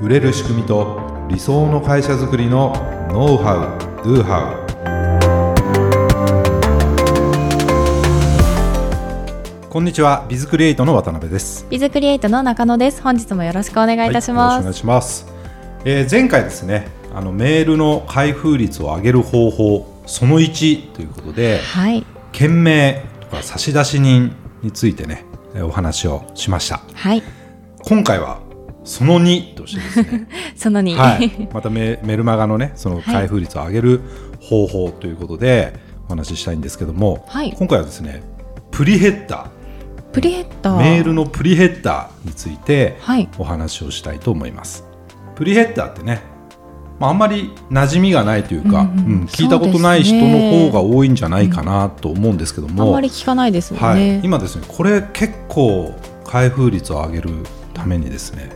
売れる仕組みと理想の会社づくりのノウハウ・ドゥハウこんにちはビズクリエイトの渡辺ですビズクリエイトの中野です。本日もよろしくお願いいたしはいよろしくおます。願いします、えー前回ですねあのメールの開封率を上げる方法その1ということではい、件名とか差出人についてねえーお話をしましたはい、今回はその2としてですねその2、はい、またメメルマガのねそのはい開封率を上げる方法ということでお話ししたいんですけども、はい今回はですねプリヘッダ プリヘッーダー。メールのプリヘッダーについてはいお話をしたいと思います。プリヘッダーってね、まあ、あんまり馴染みがないというか、ううんんうん聞いたことない人そうですの方ねが多いんじゃないかなと思うんですけどあんも、まり聞かないですもんはいね。今ですねこれ結構開封率を上げるためにですね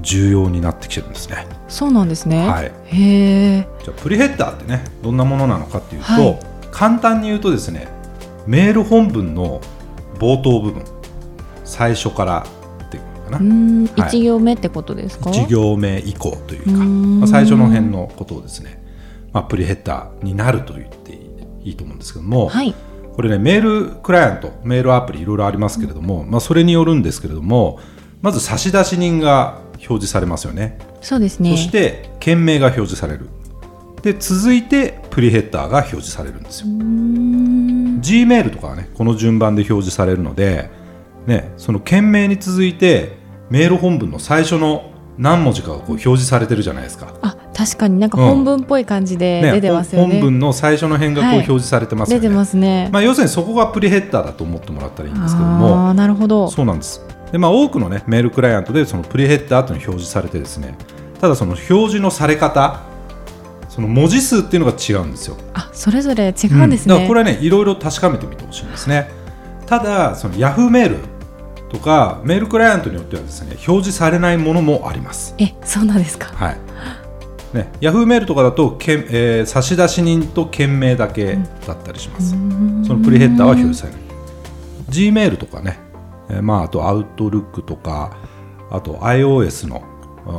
重要になってきてるんですね。そうなんですね。はいへえ。じゃあプリヘッダーってねどんなものなのかっていうと、はい簡単に言うとですねメール本文の冒頭部分最初からっていうのかなうーん、はい一行目ってことですか。 1行目以降というかうーんまあ最初の辺のことをですね、まあ、プリヘッダーになると言っていいと思うんですけども、はい、これねメールクライアントメールアプリいろいろありますけれども、まあ、それによるんですけれどもまず差出人が表示されますよね。そうですね。そして件名が表示されるで続いてプリヘッダーが表示されるんですようーん Gmail とかはねこの順番で表示されるので、ね、その件名に続いてメール本文の最初の何文字かがこう表示されてるじゃないですか、あ、確かになんかうん本文っぽい感じで出てますよね。本文の最初の辺がこうはい表示されてますよ出ね、てますね。まあ、要するにそこがプリヘッダーだと思ってもらったらいいんですけどもああー、なるほど。そうなんです。でまあ、多くの、ね、メールクライアントでそのプリヘッダーというのが表示されてですねただその表示のされ方その文字数っていうのが違うんですよ。あ、それぞれ違うんですだね。からこれはねいろいろ確かめてみてほしいんですね。ただその Yahoo メールとかメールクライアントによってはですね表示されないものもあります。え、そうなんですか。はいね、Yahoo メールとかだとけん、えー差出人と件名だけだったりします。そのプリヘッダーは表示されない。Gmail とかね、えーまあ、あと Outlook とか、あと iOS のあ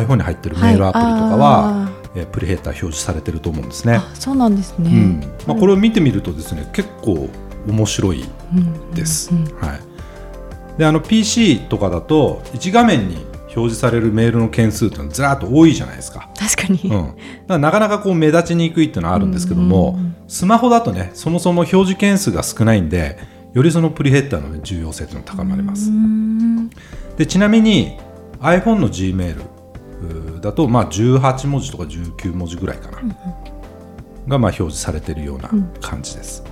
ー iPhone に入ってるメールアプリとかは、はいあえープリヘッダー表示されてると思うんですね。あ、そうなんですうね。んまあ、これを見てみるとですね、結構面白いうんです。うんはい、であの PC とかだと1画面に表示されるメールの件数っていうのはずらーっと多いじゃないですか。確かに、うん、だからなかなかこう目立ちにくいっていうのはあるんですけども、うんスマホだとねそもそも表示件数が少ないんでよりそのプリヘッダーのね重要性というのが高まります、うーんでちなみに iPhone の Gmail うーだとまあ18文字とか19文字ぐらいかな、がまあ表示されているような感じです、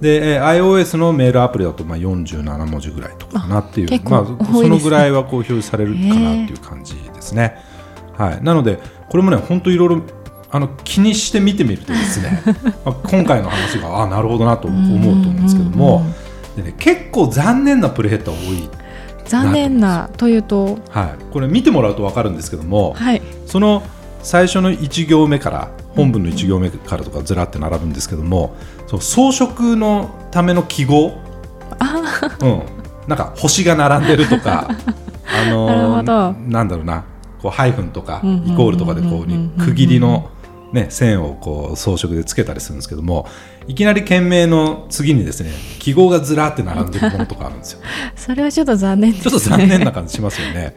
で、えー iOS のメールアプリだとまあ47文字ぐらいとかかなっていうあ結構まあ、多いですねそのぐらいはこう表示されるかなっていう感じですね、はい、なのでこれもね本当いろいろあの気にして見てみるとです ねまあ今回の話があなるほどなと思うと思うんですけどうんもうんうんで、ね、結構残念なプレヘッダー多い、残念なというとはい、これ見てもらうと分かるんですけども、はいその最初の1行目から本文の1行目からとかずらって並ぶんですけどもそう装飾のための記号、あうん、なんか星が並んでると かあのーなるほなんだろうなこうハイフンとかうんうんうんうんうんイコールとかでこうに区切りの、ね、線をこう装飾でつけたりするんですけどもいきなり件名の次にですね記号がずらって並んでるものとかあるんですよ。ーそれはちょっと残念です、ちょね、っと残念な感じしますよ ね。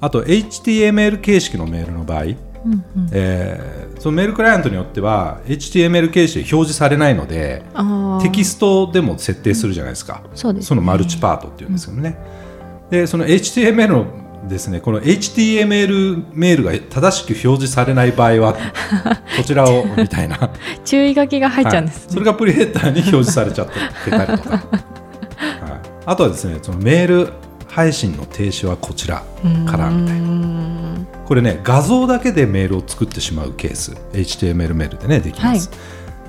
あと HTML 形式のメールの場合、うんうんえーそのメールクライアントによっては HTML 形式で表示されないのであーテキストでも設定するじゃないですかそうですねそのマルチパートっていうんですけどね、でその HTML のですねこの HTML メールが正しく表示されない場合 はこちらをみたいな注意書きが入っちゃうんではすいそね、れがプリヘッダーに表示されちゃってたりとか、はい、あとはですねそのメール配信の停止はこちらからみたいなこれね画像だけでメールを作ってしまうケース HTML メールでねできます、は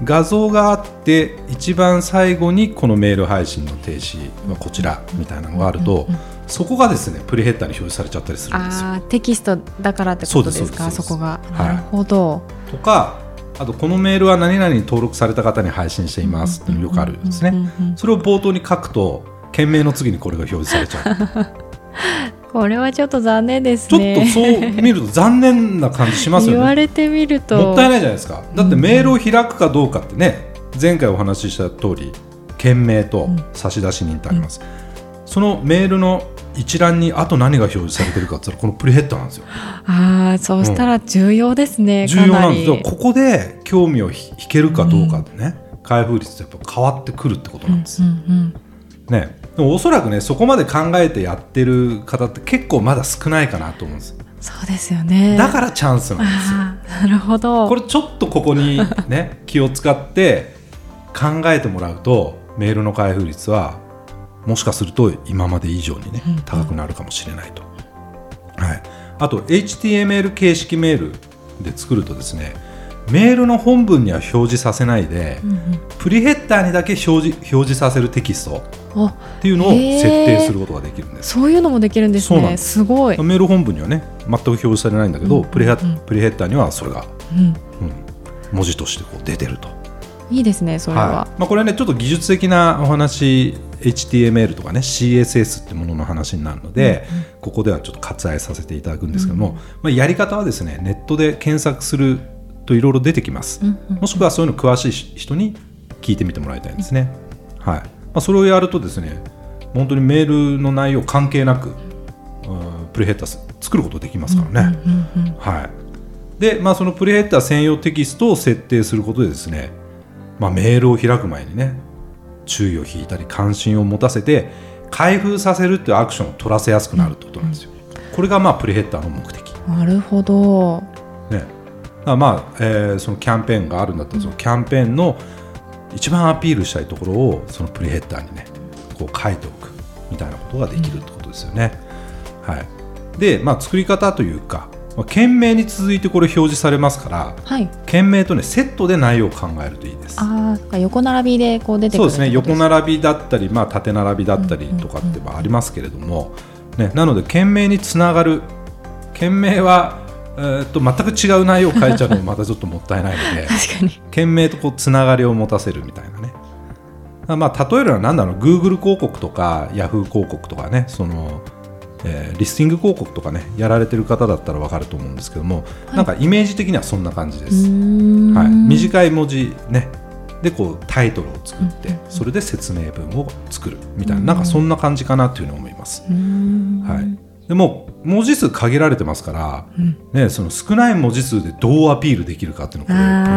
画像があって一番最後にこのメール配信の停止はこちらみたいなのがあると、そこがですねプリヘッダーに表示されちゃったりするんですよあーテキストだからってことですそうかですそそうですこが、はいなるほどとかあとこのメールは何々に登録された方に配信していますっていうのよくあるんですねうんうんうん それを冒頭に書くと件名の次にこれが表示されちゃうこれはちょっと残念ですちょっとね。そう見ると残念な感じします言よわね。れてみると。もったいないじゃないですか。だってメールを開くかどうかってね、前回お話しした通り、件名と差出人ってあります。そのメールの一覧にあと何が表示されてるかって言ったら、このプリヘッダーなんですよ。ああ、そうしたら重要ですね。重要なかなんですより。ここで興味をひ引けるかどうかってね、開封率ってやっぱ変わってくるってことなんです、うんうんねでもおそらくねそこまで考えてやってる方って結構まだ少ないかなと思うんですそうですよね。だからチャンスなんですよああ、なるほど。これちょっとここに ね気を使って考えてもらうとメールの開封率はもしかすると今まで以上にねうん高くなるかもしれないと、はい、あと HTML 形式メールで作るとですねメールの本文には表示させないで、うんうんプリヘッダーにだけ表示表示させるテキストおっていうのをへー設定することができるんです、そういうのもできるんですそうなんね。ですごい。メール本文にはね全く表示されないんだけど、うんプリヘうんプリヘッダーにはそれが、ううんん、文字としてこう出てるといいですね、それは。いまあ、これはねちょっと技術的なお話 HTML とかね CSS ってものの話になるので、ここではちょっと割愛させていただくんですけども、まあ、やり方はですねネットで検索するといろいろ出てきます、うんうんもしくはそういうの詳しい人に聞いてみてもらいたいんですね、はいまあ、それをやるとですね本当にメールの内容関係なく、うんプレヘッダー作ることできますからね、うんうんはい、で、まあ、そのプレヘッダー専用テキストを設定することでですね、まあ、メールを開く前にね注意を引いたり関心を持たせて開封させるっていうアクションを取らせやすくなるってことなんですよ。これがまあプレヘッダーの目的、ね、なるほど。だからまあ、えーそのキャンペーンがあるんだったらそのキャンペーンの一番アピールしたいところをそのプレヘッダーにねこう書いておくみたいなことができるってことですよね。はい、で、まあ、作り方というか、まあ、件名に続いてこれ表示されますからはい。件名と、ね、セットで内容を考えるといいです。ああ、そっか横並びでこう出てくそうるですねってこと横並びだったり、まあ、縦並びだったりとかってまあありますけれども、ね、なので件名につながる件名は、えーっと全く違う内容を変えちゃうのもまたちょっともったいないので確かに。件名とこうつながりを持たせるみたいなね。まあ、例えるのは何だろう Google 広告とか Yahoo 広告とかねその、えーリスティング広告とかねやられてる方だったら分かると思うんですけども、はいなんかイメージ的にはそんな感じでうす。ーんはい、短い文字ねでこうタイトルを作って、うんうんそれで説明文を作るみたいな、うんなんかそんな感じかなっていうのを思います。うーんはい、でも文字数限られてますから、うんね、その少ない文字数でどうアピールできるかっていうのがこれポイントに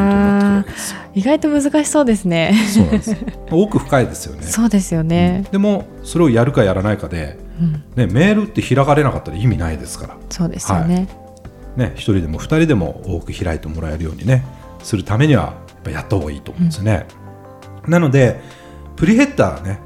なってくるわけですよ。意外と難しそうですね。そうなんです 奥深いですよね。そうですようんね。でもそれをやるかやらないかで、うんね、メールって開かれなかったら意味ないですから。そうですよね。ね、1人でも2人でも多く開いてもらえるようにねするためにはやっぱやった方がいいと思うんですね、なのでプリヘッダーね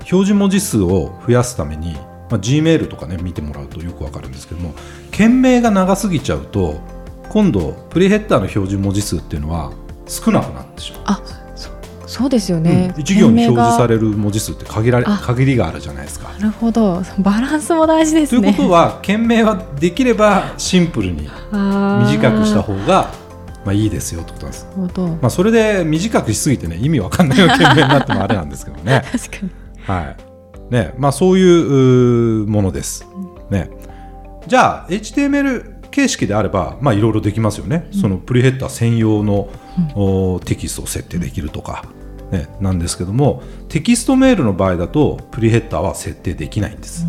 表示文字数を増やすために、まあ、Gmail とかね見てもらうとよくわかるんですけども件名が長すぎちゃうと今度プリヘッダーの表示文字数っていうのは少なくなってしまう、あ、そそうですよね。うん、1行に店名表が示される文字数って限られあ限りがあるじゃないですかなるほど。バランスも大事でとすいうこね。とは件名はできればシンプルにあー短くした方がまあいいですよってことなんですなるほど。、まあ、それで短くしすぎてね意味わかんないような件名になってもあれなんですけどね確かに。はいねまあ、そういううーものです、ね、じゃあ HTML 形式であればまあいろいろできますよね、そのプリヘッダー専用の、おーテキストを設定できるとか、ね、なんですけどもテキストメールの場合だとプリヘッダーは設定できないんです、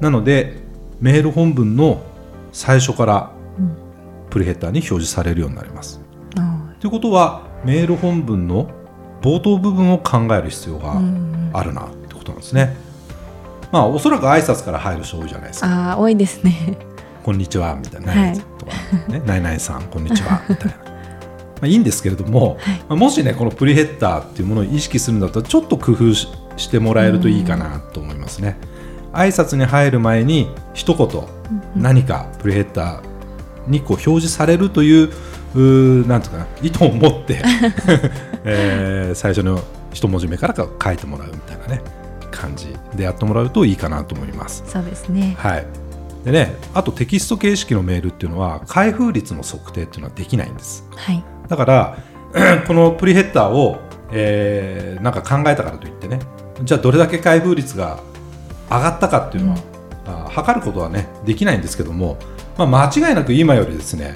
なのでメール本文の最初からプリヘッダーに表示されるようになりますあということはメール本文の冒頭部分を考える必要があるなってことなんですね。まあおそらく挨拶から入る人多いじゃないですーか。あー、多いですね。 こんにちはみたいな、はいとかね、 ナイナイさんこんにちはみたいな。まあいいんですけれども、まあもしねこのプリヘッダーっていうものを意識するんだったらちょっと工夫ししてもらえるといいかなと思いますね。挨拶に入る前に一言何かプリヘッダーにこう表示されるといううーなんとかな意図を持 って、 えー最初の一文字目からか書いてもらうみたいなね感じでやってもらうといいかなと思います。そうですね。はい。でね、あとテキスト形式のメールっていうのは開封率の測定っていうのはできないんです。はい。だから、 このプリヘッダーを、えーなんか考えたからといってね、じゃあどれだけ開封率が上がったかっていうのは、あ測ることはねできないんですけども、まあ、間違いなく今よりですね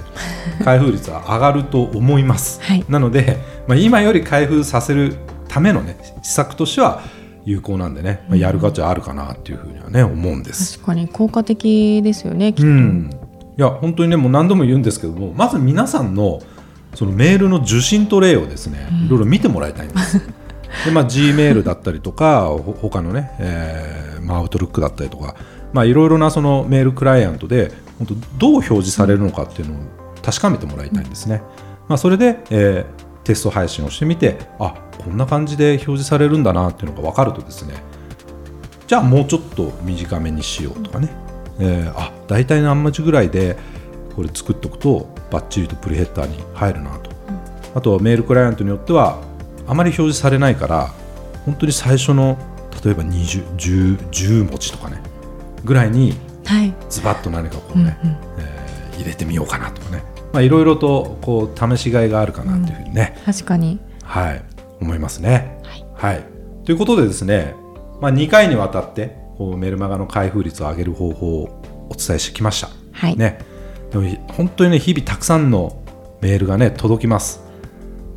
開封率は上がると思います、はいなので、まあ、今より開封させるためのね施策としては有効なんでね、まあ、やる価値はあるかなっていうふうにはね思うんです、確かに効果的ですよねきっうと、ん、いや本当にねもう何度も言うんですけどもまず皆さんのそのメールの受信と例をですね、いろいろ見てもらいたいんです。でまあ、G メールだったりとか、ほ他のね、えーまあ、アウトルックだったりとか、まあ、いろいろなそのメールクライアントで、本当、どう表示されるのかっていうのを確かめてもらいたいんですね。まあ、それで、えーテスト配信をしてみて、あこんな感じで表示されるんだなっていうのが分かるとですね、じゃあもうちょっと短めにしようとかね、えーあ大体何マチぐらいでこれ作っとくとバッチリとプリヘッダーに入るなと、あとはメールクライアントによってはあまり表示されないから本当に最初の例えば20 10, 10文字とかねぐらいにはいズバッと何かこうね、えー入れてみようかなとかねまあいろいろとこう試しがいがあるかなっていうふうにね、確かにはい、思いますね。はいということでですね、まあ、2回にわたってこうメルマガの開封率を上げる方法をお伝えしてきました。はい、ね、でも本当にね日々たくさんのメールがね届きます。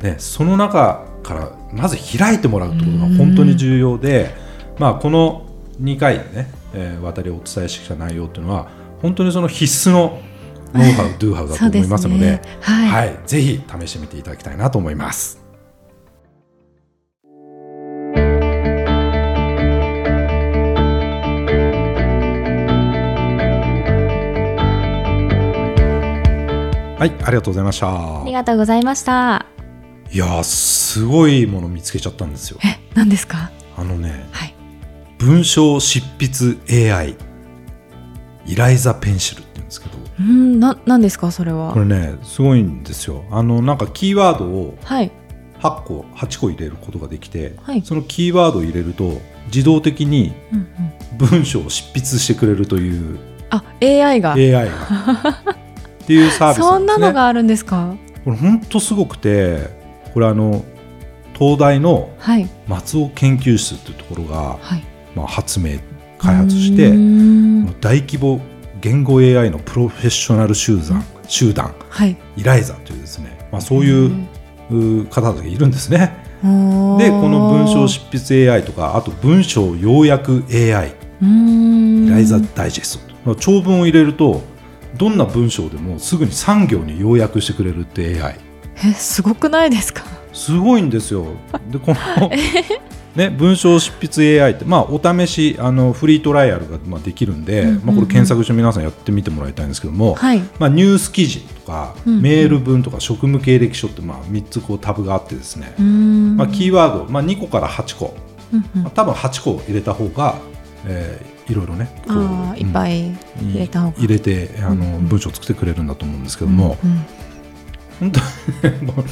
ね、その中からまず開いてもらうってことが本当に重要で、まあ、この2回でね、えー渡りお伝えしてきた内容っていうのは本当にその必須のノウハウ、ドゥハウだとそう思でいすますのでね。はい、はい、ぜひ試してみていただきたいなと思います。はい、ありがとうございました。ありがとうございましたいやー、すごいもの見つけちゃったんですよ。え何ですかあのね、はい文章執筆 AI、イライザペンシルって言うんですけど、うんな何ですかそれはこれね、すごいんですよ。あの、なんかキーワードをはい8個8個入れることができて、はいそのキーワードを入れると自動的にうんうん文章を執筆してくれるというあ AI が AI がって いうサービスなそんでんなすね。のがあるんですかこれ本当すごくてこれあの東大のはい松尾研究室っていうところが、はいまあ、発明開発してうーん大規模言語 AI のプロフェッショナル集団集団はいイライザというですね、まあ、そういうう方々がいるんですね。ででこの文章執筆 AI とかあと文章要約 AI イラライザダイジェストと長文を入れるとどんな文章でもすぐに産行に要約してくれるって AI えすごくないですかすごいんですよでこ の、ね、文章執筆 AI って、まあ、お試しあのフリートライアルがまあできるんで、うんうんうんまあ、これ検索して皆さんやってみてもらいたいんですけども、はいまあ、ニュース記事とか、うんうんメール文とか職務経歴書ってまあ3つこうタブがあってですね、ままあ、キーワード、まあ、2個から8個まあ、あ多分8個入れた方が、えーいろいろねこうあーいっぱいうん入れた方が入れてあの、うんうん文章を作ってくれるんだと思うんですけども、うん本当に もう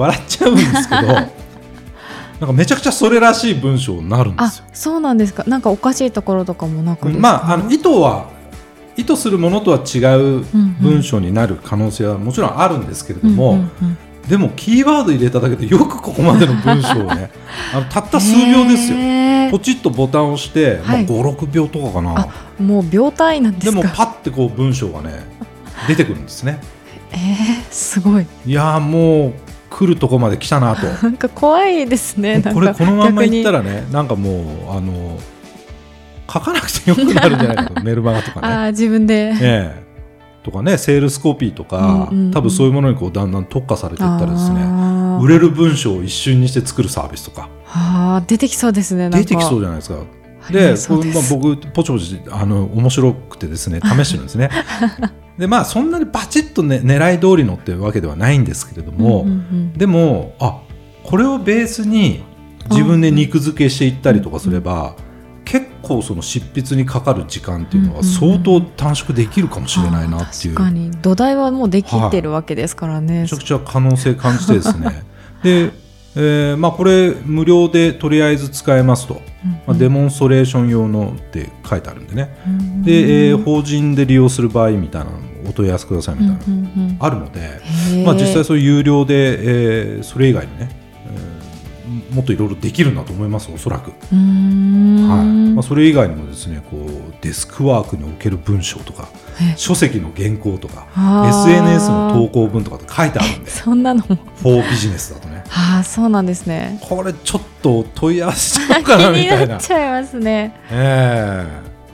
笑っちゃうんです けどなんかめちゃくちゃそれらしい文章になるんであすよ。そうなんですかなんかおかしいところとかもなくですかまああの意図は意図するものとは違う文章になる可能性はもちろんあるんですけれども、うんうんうんでもキーワード入れただけでよくここまでの文章を ねあのたった数秒ですよ。へーポチッとボタンを押して、まあ、はい56秒とかかな。あもう秒単位なんでですもかパッてこう文章がね出てくるんですねえーすごいいやーもう来るとこまで来たなとなんか怖いですねなんかこれこのまんま逆行にったらねなんかもうあの書かなくてよくなるんじゃないかと メルマガとあかね、ー自分えでえとかねセールスコピーとか、うんうんうん多分そういうものにこうだんだん特化されていったらですねあー売れる文章を一瞬にして作るサービスとかあー出てきそうですねなんか出てきそうじゃないですかありでえそうこれですまあ、僕ポチポチあの面白くて ですね試してるんですねでまあそんなにバチッと、ね、狙い通りのってわけではないんですけれども、うんうんでもあこれをベースに自分で肉付けしていったりとかすれば、結構その執筆にかかる時間っていうのうはんうんうん相当短縮できるかもしれないあなーっていう、確かに土台はもうできてるわけですからね、めちゃくちゃ可能性感じてです ねで、えーまあ、これ無料でとりあえず使えますと、まあ、デモンストレーション用のって書いてあるんでね、で、えー法人で利用する場合みたいなのお問い合わせくださいみたいなのあるので、まあ、実際際そういう有料で、えーそれ以外にね、えーもっといろいろできるんだと思いますおそらく、はいまあ、それ以外にもですねこうデスクワークにおける文章とかえ書籍の原稿とかあー SNS の投稿文とかって書いてあ るんでそんなのも。 4ビジネスだとねああ、そうなんですね。これちょっと問い合わせちゃおう気か なみたいにななっ。ちゃいますね。え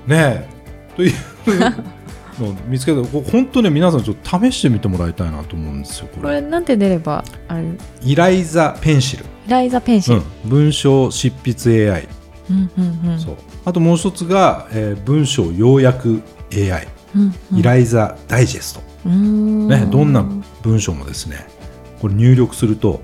えねえというのを見つけたこれ本当ね皆さんちょっと試してみてもらいたいなと思うんですよここれれなんて出れば、あれ、イライザペンシル、ライザペンシうル。ん、文章執筆 AI、うんうんうん。そうあともう一つが、えー文章要約 AI うんうんイライザダイジェスト、うーんね、どんな文章もですねこれ入力すると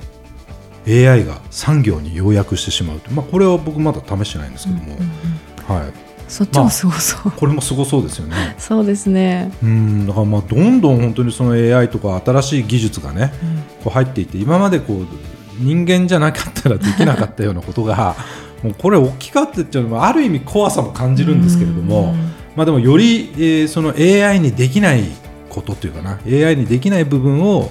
AI が産行に要約してしまうという、まあ、これは僕まだ試してないんですけども、うんうんはい、そっちもすごそう。これもすごそうですよね。そうですね。うんだからまあどんどん本当にその AI とか新しい技術がねうんこう入っていって今までこう人間じゃなかったらできなかったようなことが もうこれ大きかったっていうのもある意味怖さも感じるんですけれどもまあでもより、えーその AI にできないことというかな AI にできない部分を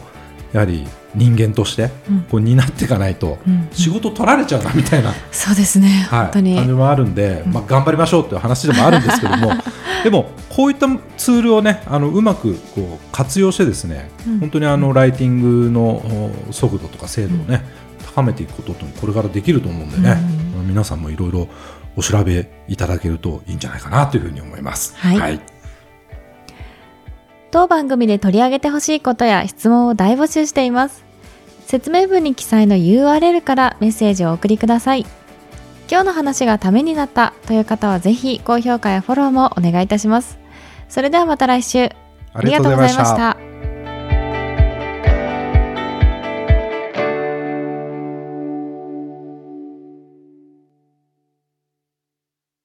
やはり人間としてうんこう担っていかないとうん、うん仕事取られちゃうなみたいなそうですね。はい、本当に。感じもあるんで、まあ、頑張りましょうという話でもあるんですけ どもでも、こういったツールを、ね、あのうまくこう活用してですね、うん本当にあのライティングのお速度とか精度を、ね高めていくことともこれからできると思うんでね、う皆さんもいろいろお調べいただけるといいんじゃないかなというふうに思います。はい当番組で取り上げてほしいことや質問を大募集しています説明文に記載の URL からメッセージをお送りください今日の話がためになったという方はぜひ高評価やフォローもお願いいたしますそれではまた来週ありがとうございました。た